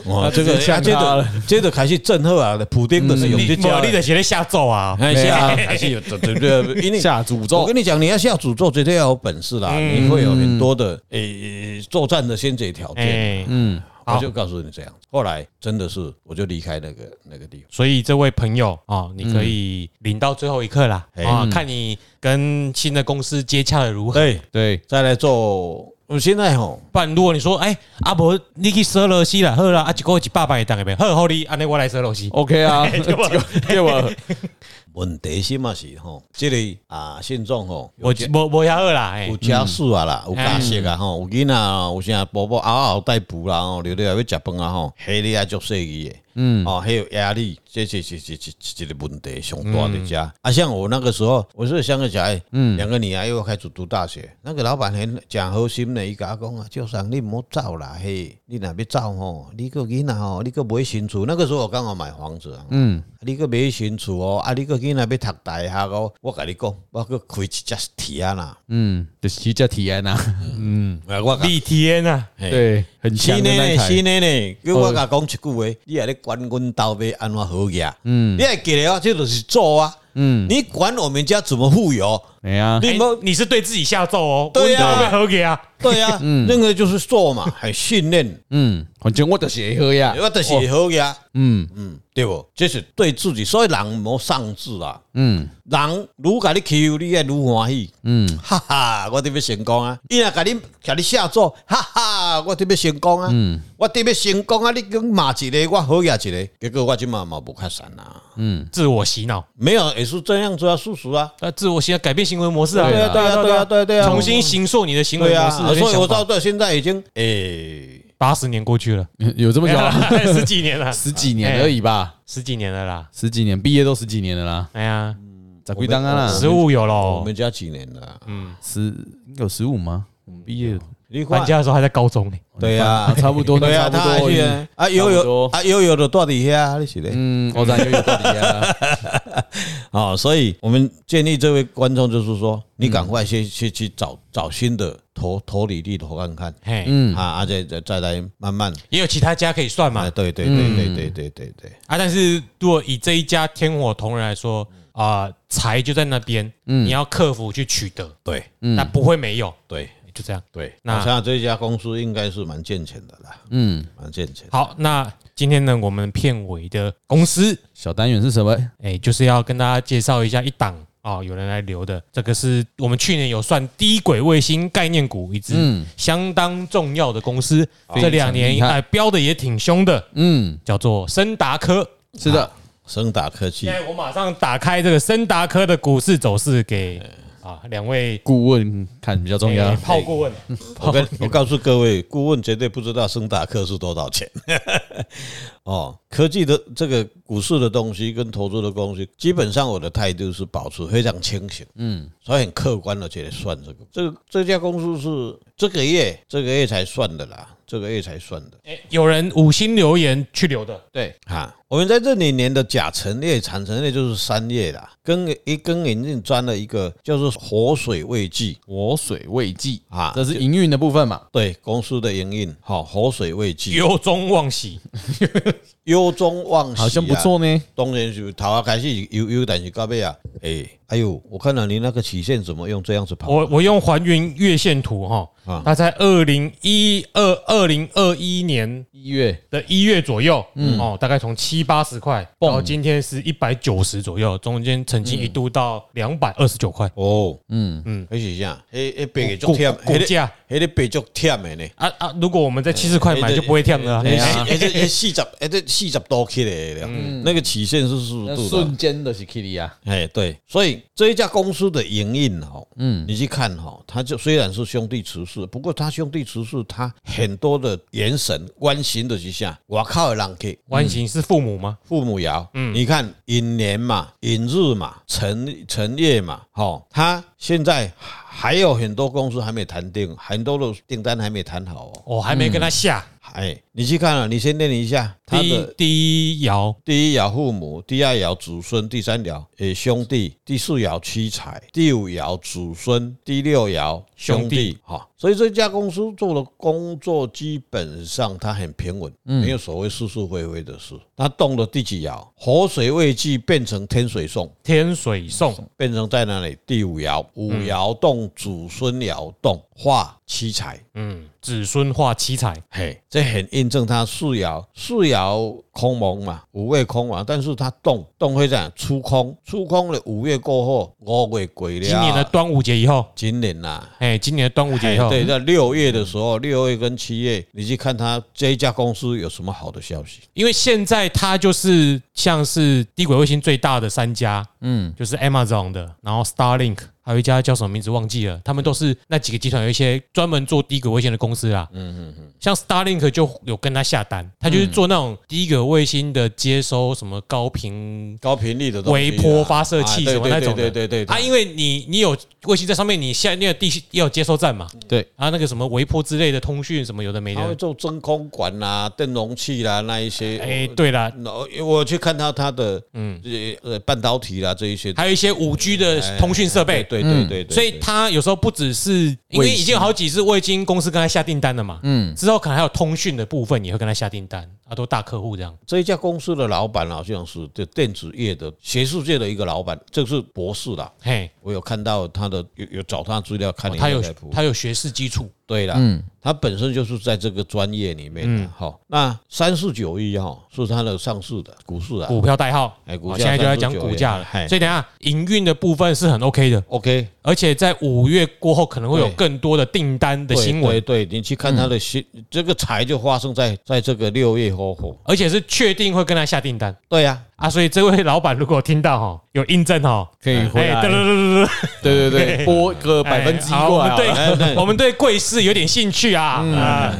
S3: 哇，
S2: 直
S3: 这
S2: 接
S3: 个
S2: 呛
S3: 啊，这
S2: 他
S3: 个
S2: 了
S3: 这个开始震撼啊，普丁就是用这
S1: 嗯你
S3: 招
S1: 我。你的写的下咒
S2: [laughs]
S1: 啊，
S3: 哎
S2: 对啊
S3: 呀，还是有对对对，因为
S2: 下诅
S3: 我
S2: 咒，
S3: 跟你讲，你要下诅咒，绝对要有本事啦，你会有很多的诶作战的先决条件。
S1: 哎，
S2: 嗯，
S3: 我就告诉你这样，后来真的是我就离开那个那个地方。
S1: 所以这位朋友啊，你可
S2: 嗯
S1: 以领到最后一刻啦
S3: 哎
S1: 啊，看你跟新的公司接洽的如何。
S3: 对，
S2: 对，
S3: 再来做。我现在吼，
S1: 不然如果你说，哎，阿伯，你去蛇螺西啦，好啦，啊，一个月一百万当个没，好好你，安尼我来蛇螺西。
S3: 哦
S2: OK 啊， [laughs] 给我
S3: 问题是嘛是吼，这里啊，现状吼，有
S1: 我我我遐好啦，哎
S3: 有，家属啊啦，有家属啊吼，有囡仔啊，有啥宝宝嗷嗷待哺啦吼，留了要食饭啊吼，迄你啊足细意的，嗯，哦，还有压力，这是是是是是一个问题上大的家。啊，像我那个时候，我是香港小孩，嗯，两个女儿又开始读大学，那个老板很讲好心的，伊甲我讲啊，就上你毋好走啦嘿，你若要走吼，你个囡仔吼，你个买新厝，那个时候我刚好买房子啊，嗯，你个买新厝哦，啊，你个囡仔要读大学哦，我甲你讲，我个开一只铁啊啦。
S2: 嗯，就是骑脚体验呐，
S3: 啊，我甲
S1: 李天啊，
S3: 嘿
S2: 对，很
S3: 是
S2: 强的那
S3: 呢
S2: 一
S3: 是
S2: 台，哦
S3: 呢呢，叫我甲讲一句话，你若咧管阮兜要安怎好个？嗯，你会记得啊，这就是做啊。嗯，你管我们家怎么富有？
S2: 哎呀，
S3: 你们
S1: 哎你是对自己下咒哦，
S3: 对啊
S1: 温度被喝给啊，
S2: [laughs]
S3: 对呀、那个就是做嘛，很训练，
S2: 嗯，反正我就是会喝呀，
S3: 我就是好呀，
S2: 嗯
S3: 嗯，对不？这是对自己，所以人莫丧志啊。
S2: 嗯
S3: 人如甲你欺负，你会愈欢喜，
S2: 嗯
S3: 哈哈，我得要成功啊！伊若甲你甲你下咒，哈哈，我得要成功啊！
S2: 嗯
S3: 我得要成功啊！你讲骂一个，我好呀一个，结果我即嘛嘛无较善啊，
S2: 嗯，
S1: 自我洗脑，
S3: 没有也是这样子啊，叔叔啊，
S1: 呃，自我洗脑改变行为模式啊，
S2: 对啊
S3: 对啊对啊对啊对啊
S1: 重新形塑你的行为
S3: 对
S1: 模
S3: 啊，
S1: 式跟想法，
S3: 所以我到这现在已经诶，
S1: 八十年过去了，
S2: 有哎这么久啊？
S1: [laughs] 十几年了，
S2: [laughs] 十几年而已吧，
S1: 十几年了啦，
S2: 十几年毕业都十几年了啦，
S1: 哎呀，
S2: 咋归当啊啦？
S1: 食物有
S3: 嗯我
S1: 喽
S3: 们，家几年了？啊
S2: 十有十五吗？我们毕业
S3: 你
S1: 搬
S3: 看，
S1: 家的时候还在高中呢，
S3: 对呀
S2: 啊，差不多，
S3: [laughs] 对
S2: 呀，
S3: 呀，
S2: 差
S3: 他
S2: 不
S3: 还
S2: 多
S3: 去
S2: 嗯
S3: 啊，啊悠
S2: 差不
S3: 悠
S2: 多
S3: 啊悠悠的到底遐，你是咧？
S2: 嗯，我咱又有道理啊，
S3: 啊、所以我们建议这位观众就是说，你赶快去去去找找新的投投履历投看看，
S1: 嘿，
S3: 啊，而且再再来慢慢，
S1: 也有其他家可以算嘛
S3: 啊，，对对对对对对对对，
S1: 啊，但是如果以这一家天火同仁来说，啊、财就在那边，
S2: 嗯
S1: 你要克服去取得，
S3: 对
S1: 那不会没有，哎
S3: 对
S1: 就这样。
S3: 对，
S1: 那
S3: 那像这家公司应该是蛮健全的啦，
S2: 嗯，
S3: 蛮健全。
S1: 好，那今天呢，我们片尾的公司，
S2: [laughs] 小单元是什么？
S1: 哎、就是要跟大家介绍一下一档啊、哦，有人来留的，这个是我们去年有算低轨卫星概念股一支，
S2: 嗯
S1: 相当重要的公司，这两
S2: 非
S1: 年
S2: 常厉害
S1: 哎标的也挺凶的，
S2: 嗯，
S1: 叫做森达科。
S2: 是的，
S3: 升达科技
S1: 现，在我马上打开这个森达科的股市走势给啊两位
S2: 顾问看比较重要
S1: 哎。泡顾问，
S3: 我跟我告诉各位，顾问绝对不知道升达科是多少钱。 [laughs] 哦，科技的这个股市的东西跟投资的东西，基本上我的态度是保持非常清醒，嗯，所以很客观的去算这个。这个这家公司是这个月这个月才算的啦，这个月才算的
S1: 哎有人五星留言去留的，
S2: 对，
S3: 啊。我们在这里年的甲辰月、产辰月就是三月啦，庚一庚寅运钻了一个叫做活水未济
S2: 我水未济
S3: 啊
S2: 这是营运的部分嘛？
S3: 对公司的营运，好、活水未济，
S1: 由衷望喜，
S3: 忧中忘喜、啊，
S2: 好像不错呢。
S3: 当然是头啊开始悠悠，但是到尾啊，诶、哎呦，我看到你那个曲线怎么用这样子跑？
S1: 我我用还原月线图哈
S3: 啊，
S1: 它在二零一二二零二一年
S2: 一月，
S1: 的一月左右，
S3: 嗯
S1: 哦，大概从七八十块到今天是一百九十左右，中间曾经一度到两百二十九块
S3: 哦，
S2: 嗯哦
S3: 嗯，而且啥，迄迄白
S1: 股
S3: 足忝，
S1: 股价
S3: 迄个白足忝的呢。
S1: 啊啊！如果我们在七十块买就不会跳了啊，
S3: 哎
S1: 哎
S3: 哎，这哎四十，哎这四十多起来了，
S2: 嗯
S3: 那个曲线是四十
S2: 那
S3: 度的
S2: 瞬。间的是 Kitty 啊，
S3: 哎，对，所以这一家公司的营运哈，
S2: 嗯
S3: 嗯，你去看哈，它就虽然是兄弟慈氏，不过它兄弟慈氏，它很多的元神关心的之下，我靠的人去，
S1: 弯形是父母吗？
S3: 父母爻，嗯，你看寅年嘛，寅日嘛，辰辰月嘛，好，他现在还有很多公司还没谈定，很多的订单还没谈好哦。
S1: 我还没跟他下
S3: 哎，你去看啊，你先念一下他
S1: 第一
S3: 的
S1: 第一爻，
S3: 第一爻父母，第二爻子孙，第三爻诶兄弟，第四爻妻财，第五爻子孙，第六爻兄
S1: 兄弟
S3: 弟，哈。所以这家公司做的工作基本上它很平稳，没有所谓是是非非的事。它动了第几爻？火水未济，变成天水送。
S1: 天水送，
S3: 变成在哪里？第五爻，五爻动，子孙爻动，化七财。
S1: 嗯，子孙化七彩，
S3: 嘿，这很印证他四爻，四爻空蒙嘛，五位空嘛，但是他动动会这样出空，出空了五月过后，五月鬼了，
S1: 今年的端午节以后，
S3: 今年呐、
S1: 哎，今年的端午节以
S3: 嘿
S1: 后，
S3: 对，在六月的时候，六月跟七月，你去看他这一家公司有什么好的消息？
S1: 因为现在它就是像是低轨卫星最大的三家，嗯，就是 Amazon 的，然后 Starlink，还有一家叫什么名字忘记了，他们都是那几个集团有一些专门做低轨卫星的公司啦，嗯嗯嗯，像 Starlink 就有跟他下单，他就是做那种低轨卫星的接收什么高频。
S3: 高频率的东西啊
S1: 微波发射器
S3: 啊对
S1: 什么那种的
S3: 对对对对
S1: 啊，
S3: 对，
S1: 因为你你有卫星在上面，你下那个地也有接收站嘛，
S2: 对，
S1: 啊，那个什么微波之类的通讯什么有的没
S3: 他会
S1: 的，
S3: 做真空管啦、电容器啦、那一些，
S1: 哎，对啦，
S3: 我我去看到他的，嗯，呃，半导体啦这一些，
S1: 还有一些五 G 的通讯设备，
S3: 哎对对对对，
S1: 所以它有时候不只是因为为已经有好几次我已经公司跟他下订单了嘛，嗯，之后可能还有通讯的部分也会跟他下订单，啊，都大客户这样。
S3: 这一家公司的老板好像是就电子业的学术界的一个老板，这是博士啦。
S1: 嘿，哦
S3: 我有看到他的有有找他资料看了一下
S1: 他有嗯
S3: 菜谱
S1: 他有学士基础，
S3: 对了，他本身就是在这个专业里面
S1: 嗯
S3: 的。好，那三四九一哈是他的上市的股市啊
S1: 股票代号，
S3: 哎股
S1: 好
S3: 价
S1: 现在就要讲股价了。
S3: 349
S1: 所以等一下营运的部分是很 OK 的，
S3: ，OK
S1: 而且在五月过后可能会有
S3: 对
S1: 更多的订单的
S3: 对
S1: 新
S3: 对
S1: 闻，嗯
S3: 对，你去看他的新这个财就发生在在这个六月火火，
S1: 而且是确定会跟他下订单
S3: 对呀，
S1: 啊。所以这位老板如果听到哈，有印证哈，
S2: 可以回
S3: 啊
S1: 哎，
S2: 来
S1: 对，对对对
S2: 对对对，拨个百分之一
S1: 哎好
S2: 过来
S1: 我
S2: 好
S1: 们
S2: 了，
S1: 对
S3: 哎对
S1: 对，我们对贵市有点兴趣啊，啊，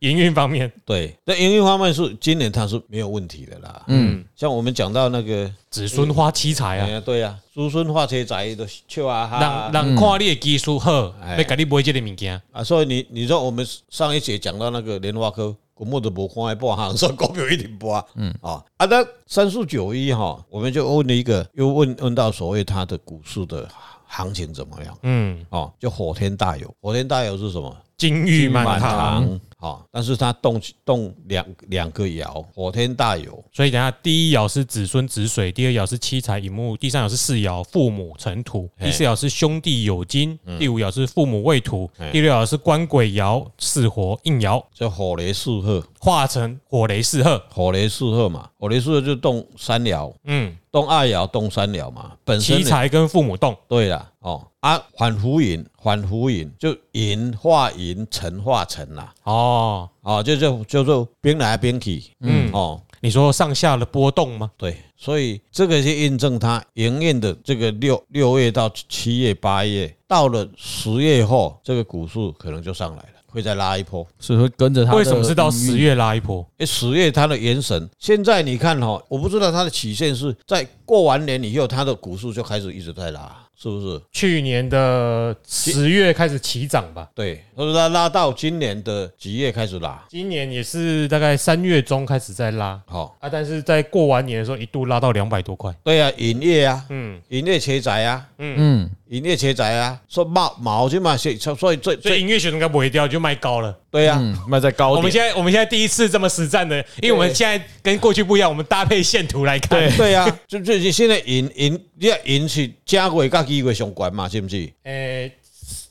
S1: 营运方面
S3: 对，在营运方面是今年它是没有问题的啦。嗯，像我们讲到那个，
S1: 子孙花七彩
S3: 哎
S1: 啊，
S3: 呀，对呀，朱孙化车仔的笑啊
S1: 让
S3: 哈。
S1: 让看你的技术好，
S3: 哎
S1: 要给你买这个物件，
S3: 啊，所以你你知道我们上一节讲到那个莲花科，我们都无看一半行，所以股票一定跌。嗯啊啊，那三四九一哈，我们就问了一个，又问问到所谓它的股市的行情怎么样？
S1: 嗯，
S3: 哦，就火天大油，火天大油是什么？
S1: 金玉满堂。
S3: 好，啊但是它动动两两个爻，火天大油，
S1: 所以等一下第一爻是子孙子水，第二爻是七财寅木，第三爻是四爻父母辰土，第四爻是兄弟酉金，第五爻是父母未土，第六爻是官鬼爻巳火应爻，
S3: 这火雷四合，
S1: 化成火雷四合。
S3: 火雷四合嘛，火雷四合就动三爻，
S1: 嗯，
S3: 动二爻，动三爻嘛，本身
S1: 七
S3: 呢
S1: 财跟父母动，
S3: 对啦，哦啊，反浮引，反浮引就引化引，成化成啦，
S1: 哦，
S3: 哦，就就就就兵来兵去，嗯，哦，
S1: 你说上下的波动吗？
S3: 对，所以这个是印证它营运的这个六六月到七月八月，到了十月后，这个股数可能就上来了，会再拉一波。
S2: 所以说跟着他的
S1: 为什么是到十
S2: 月？
S1: 月拉一波？
S3: 诶十月它的元神，现在你看哈、我不知道它的期限是在过完年以后，它的股数就开始一直在拉，是不是？
S1: 去年的十月开始起涨吧，
S3: 对，或者它拉到今年的几月开始拉？
S1: 今年也是大概三月中开始在拉
S3: 好、
S1: 啊，但是在过完年的时候一度拉到两百多块。
S3: 对啊，营业啊，
S1: 嗯，
S3: 营业车仔啊，
S2: 嗯，
S3: 营业车仔啊，说毛毛去嘛，所以所以
S1: 所
S3: 最
S1: 以
S3: 最
S1: 音乐学生该不会掉，就卖高了。
S3: 对啊，
S2: 嗯，卖在高
S1: 我们
S2: 点，
S1: 现在我们现在第一次这么实战的，因为我们现在跟过去不一样，我们搭配线图来看。 [laughs]
S3: 对啊， [laughs] 就就是现在营营你要营是正月甲机会上关嘛，是不是？
S1: 诶，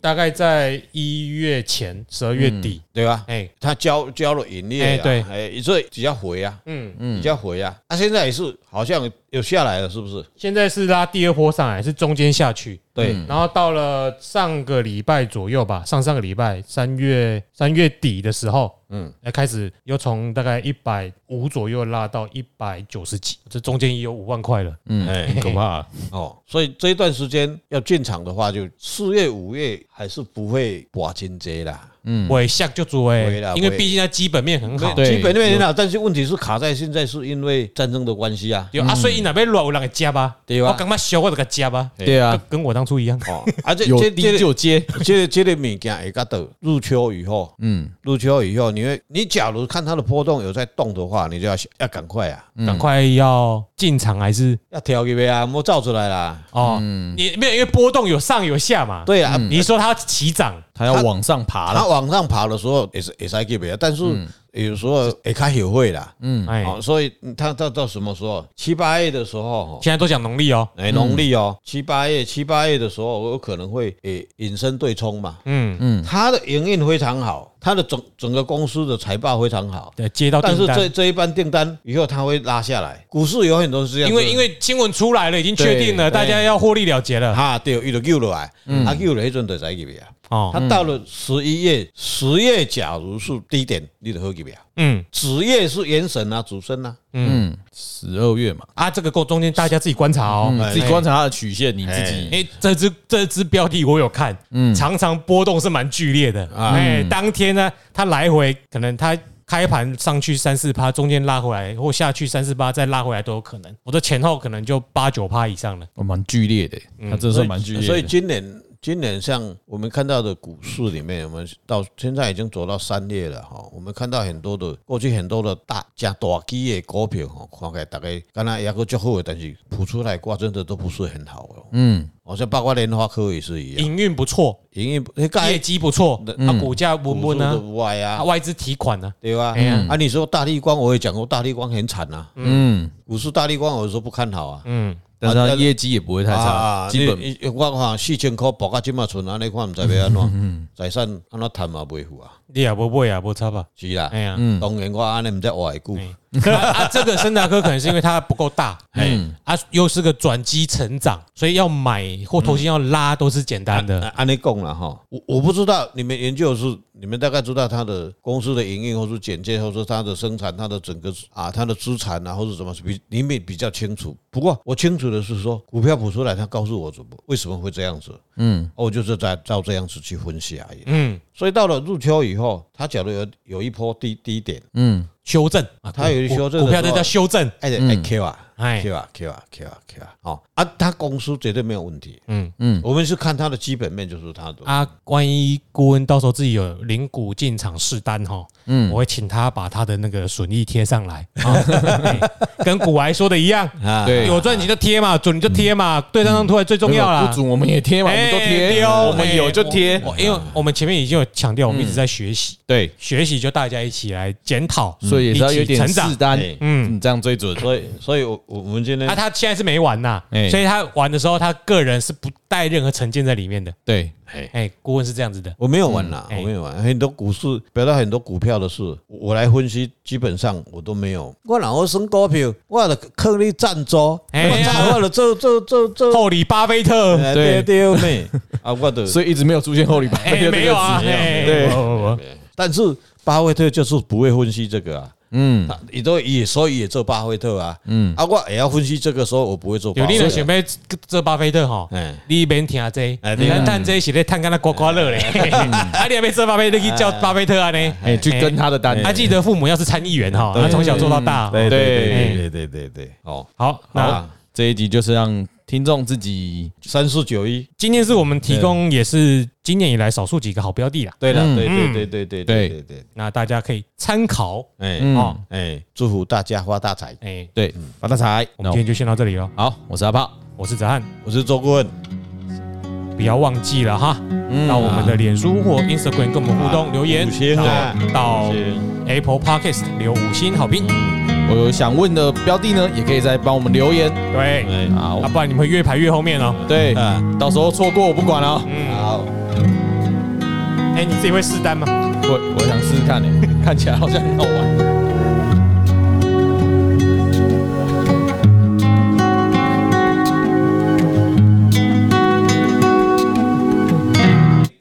S1: 大概在一月前，十二月底。
S3: 对吧？
S1: 哎，
S3: 他交交了营业、
S1: 哎
S3: 啊，
S1: 对
S3: 哎，所以比较回啊，
S1: 嗯，
S3: 比较回啊。他、现在也是好像有下来了，是不是？
S1: 现在是拉第二波上来，是中间下去，
S3: 对，
S1: 然后到了上个礼拜左右吧，上上个礼拜三月三月底的时候，嗯，开始又从大概一百五左右拉到一百九十几，这中间也有五万块了。
S2: 嗯，
S3: 哎
S2: 很可怕啊。
S3: 哦，所以这一段时间要进场的话，就四月、五月还是不会寡金贼啦。
S1: 我下就做哎
S3: 嗯会啦，
S1: 因为
S3: 会
S1: 毕竟它基本面很好。
S2: 对
S3: 基本面很好，但是问题是卡在现在是因为战争的关系啊。
S1: 对啊，所以伊若要乱有人给加吧，
S3: 对啊吧
S1: 我感觉小我就给加吧，
S2: 啊对啊，
S1: 跟我当初一样。
S3: 哦， [laughs] 啊，这
S2: 有
S3: 这
S2: 低
S3: 这
S2: 就接，
S3: 这个这类物件会甲到入秋以后，
S2: 嗯，
S3: 入秋以后，你会你假如看它的波动有在动的话，你就要要赶快啊，
S2: 嗯
S1: 赶快要进场还是
S3: 要调一杯啊，莫造出来啦。
S2: 嗯
S1: 哦？你没有，因为波动有上有下嘛。
S3: 嗯对啊，
S1: 你说它要起涨，
S2: 他要往上爬
S3: 它
S2: 了，
S3: 往上爬的时候也是也是给杯啊，但是有时候也开学会啦。
S1: 嗯，哎，
S3: 哦，所以它到到什么时候？七八月的时候哦，
S1: 现在都讲农历哦，
S3: 哎，农历
S2: 嗯
S3: 哦，七八月七八月的时候，我有可能会诶引申对冲嘛。
S1: 嗯，
S3: 它的营运非常好，它的整整个公司的财报非常好，
S1: 对，接到
S3: 但
S1: 哦订
S3: 是
S1: 单
S3: 这，这一班订单以后它会拉下来，股市有很多是这样
S1: 因
S3: 子的，
S1: 为因为新闻出来了，已经确定了，
S3: 对
S1: 大家要获利了结了。
S3: 哈啊对，伊就救落来，啊救了迄阵就使入去啊。
S1: 嗯哦，
S3: 它到了十一月，十月假如是低点，你就好入去啊。
S1: 嗯
S3: 子月是元神啊，主身啊，
S1: 嗯，
S2: 十二月嘛，
S1: 啊，这个过中间大家自己观察哦。
S2: 嗯，自己观察他的曲线，你自己
S1: 哎，这只这只标的我有看，
S3: 嗯
S1: 常常波动是蛮剧烈的。
S3: 啊
S1: 哎，当天呢，它来回可能它开盘上去三四趴，中间拉回来或下去三四趴，再拉回来都有可能。我的前后可能就八九趴以上了。
S2: 哦蛮剧烈的，他真的
S3: 所以
S2: 算蛮剧烈的，
S3: 所以今年今年像我们看到的股市里面，我们到现在已经走到三月了哈，我们看到很多的过去很多的大加大基的股票哈，看起来大概刚才也个较好的，但是普出来挂真的都不是很好哦。嗯，好像包括莲花科也是一样，
S1: 营运不错，
S3: 营运那个
S1: 业绩不错，啊，股价稳
S3: 嗯股
S1: 稳
S3: 市都
S1: 啊，
S3: 不坏啊
S1: 啊，，外资提款呢，
S3: 对吧？啊，你说大力光，我也讲过，大力光很惨啊。嗯，股市大力光，我说不看好啊。
S1: 嗯，
S2: 但是它业绩也不会太差，啊基本
S3: 你你我看四千块博到即嘛存安尼看，毋知要安
S2: 嗯
S3: 怎，财产安怎趁嘛袂赴啊？
S1: 你也不会啊，不差吧？
S3: 是啦
S1: 哎，呀，
S2: 嗯
S3: 当然我安尼毋知活会久，
S1: 啊啊，这个森达科可能是因为它不够大，哎，啊，又是个转机成长，所以要买或投信要拉都是简单的。
S3: 啊安尼讲啦吼，我我不知道你们研究是你们大概知道它的公司的营运，或是简介，或是它的生产，它的整个啊，它的资产啊，或是什么是比你们比较清楚。不过我清楚的是说，股票补出来，它告诉我怎么为什么会这样子，嗯，我就是在照这样子去分析而已。
S1: 嗯，
S3: 所以到了入秋以后，它假如有有一波低低点。
S1: 修正啊，
S3: 它有一个修正
S1: 股
S3: 的
S1: 股票，
S3: 时
S1: 这
S3: 候
S1: 叫修正。
S3: 哎哎 Q 啊，
S1: 哎
S3: Q 啊 Q 啊 Q 啊 Q 啊，好啊，他公司绝对没有问题。
S1: 嗯
S3: 嗯，我们是看它的基本面，就是它的。
S1: 啊，万一顾问到时候自己有零股进场试单哈，嗯，我会请他把他的那个损益贴上来， [laughs] 哎跟古癌说的一样，
S3: 啊
S2: 对
S1: 有赚你就贴嘛，准你就贴嘛，对账上突然最重要啦。
S2: 不准我们也贴嘛，我们都
S1: 哎
S2: 贴，
S1: 对哦
S2: 我们有就贴
S1: 哎，我我因为我们前面已经有强调，我们一直在学习，
S2: 对，
S1: 学习就大家一起来检讨，
S2: 嗯所以也是要有
S1: 嗯
S2: 点
S1: 一起成长。
S2: 适当
S3: 哎，
S2: 嗯，这样最准。
S3: 所以，所以我我我们今天
S1: 啊，他现在是没玩呐
S2: 哎，
S1: 所以他玩的时候，他个人是不带任何成见在里面的。
S2: 对，
S3: 哎，
S1: 哎，顾问是这样子的，
S3: 我没有玩啦，
S1: 嗯哎
S3: 我没有玩很多股市，表达很多股票的事，我我来分析，基本上我都没有。我然后升股票，我的克力占州，
S1: 哎
S3: 我操，我的做做做做，
S1: 厚礼巴菲特，
S3: 哎
S2: 对
S3: 对对妹 [laughs] 啊，我的。
S2: 所以一 [laughs] 直没有出现后里巴菲
S1: 哎，没
S2: 特这个
S1: 有啊，
S2: 词。
S1: 哎
S2: 对
S1: 不不不不
S3: 但是巴菲特就是不会分析这个啊。嗯，也都也所以也做巴菲特啊，嗯，啊我也要分析这个，所以我不会做巴
S1: 有
S3: 菲
S1: 你
S3: 特。啊
S1: 的想要做巴菲特吼
S3: 哎，
S1: 你免听这
S3: 哎，
S1: 你
S3: 对啊
S1: 看探这是咧探干那刮刮乐嘞， [laughs] 啊，你还没做巴菲特去叫巴菲特啊呢？
S2: 哎，去跟他的单，
S1: 他记得父母要是参议员哈，
S3: 对
S1: 他从小做到大。
S3: 对
S2: 对
S3: 对对对对对，哦，
S1: 好，那
S2: 好，啊这一集就是让听众自己
S3: 三四九一，
S1: 今天是我们提供也是今年以来少数几个好标的啦，
S3: 对了，
S2: 嗯
S3: 对对对对对对对对，
S1: 那大家可以参考
S3: 哎
S2: 嗯
S1: 哦。
S3: 哎，祝福大家发大财，
S1: 哎，
S2: 对发大财。
S1: 我
S2: 那
S1: 们
S2: 我
S1: 今天就先到这里喽。
S2: 好，我是阿炮，
S1: 我是泽汉，
S3: 我是周顾问，
S1: 不要忘记了哈，到我们的脸书或 Instagram 跟我们互动留言
S3: 嗯五，星啊
S1: 然后到
S3: 五星
S1: Apple Podcast 留五星好评。
S2: 我有呃想问的标的呢，也可以再帮我们留言。
S1: 对，
S3: 哎，
S2: 好
S1: 啊，，不然你们会越排越后面哦。
S2: 对，
S3: 啊
S2: 到时候错过我不管了哦。
S1: 嗯，
S3: 好，
S1: 哎，你自己会试单吗？
S2: [laughs] 我我想试试看呢，看起来好像很好玩。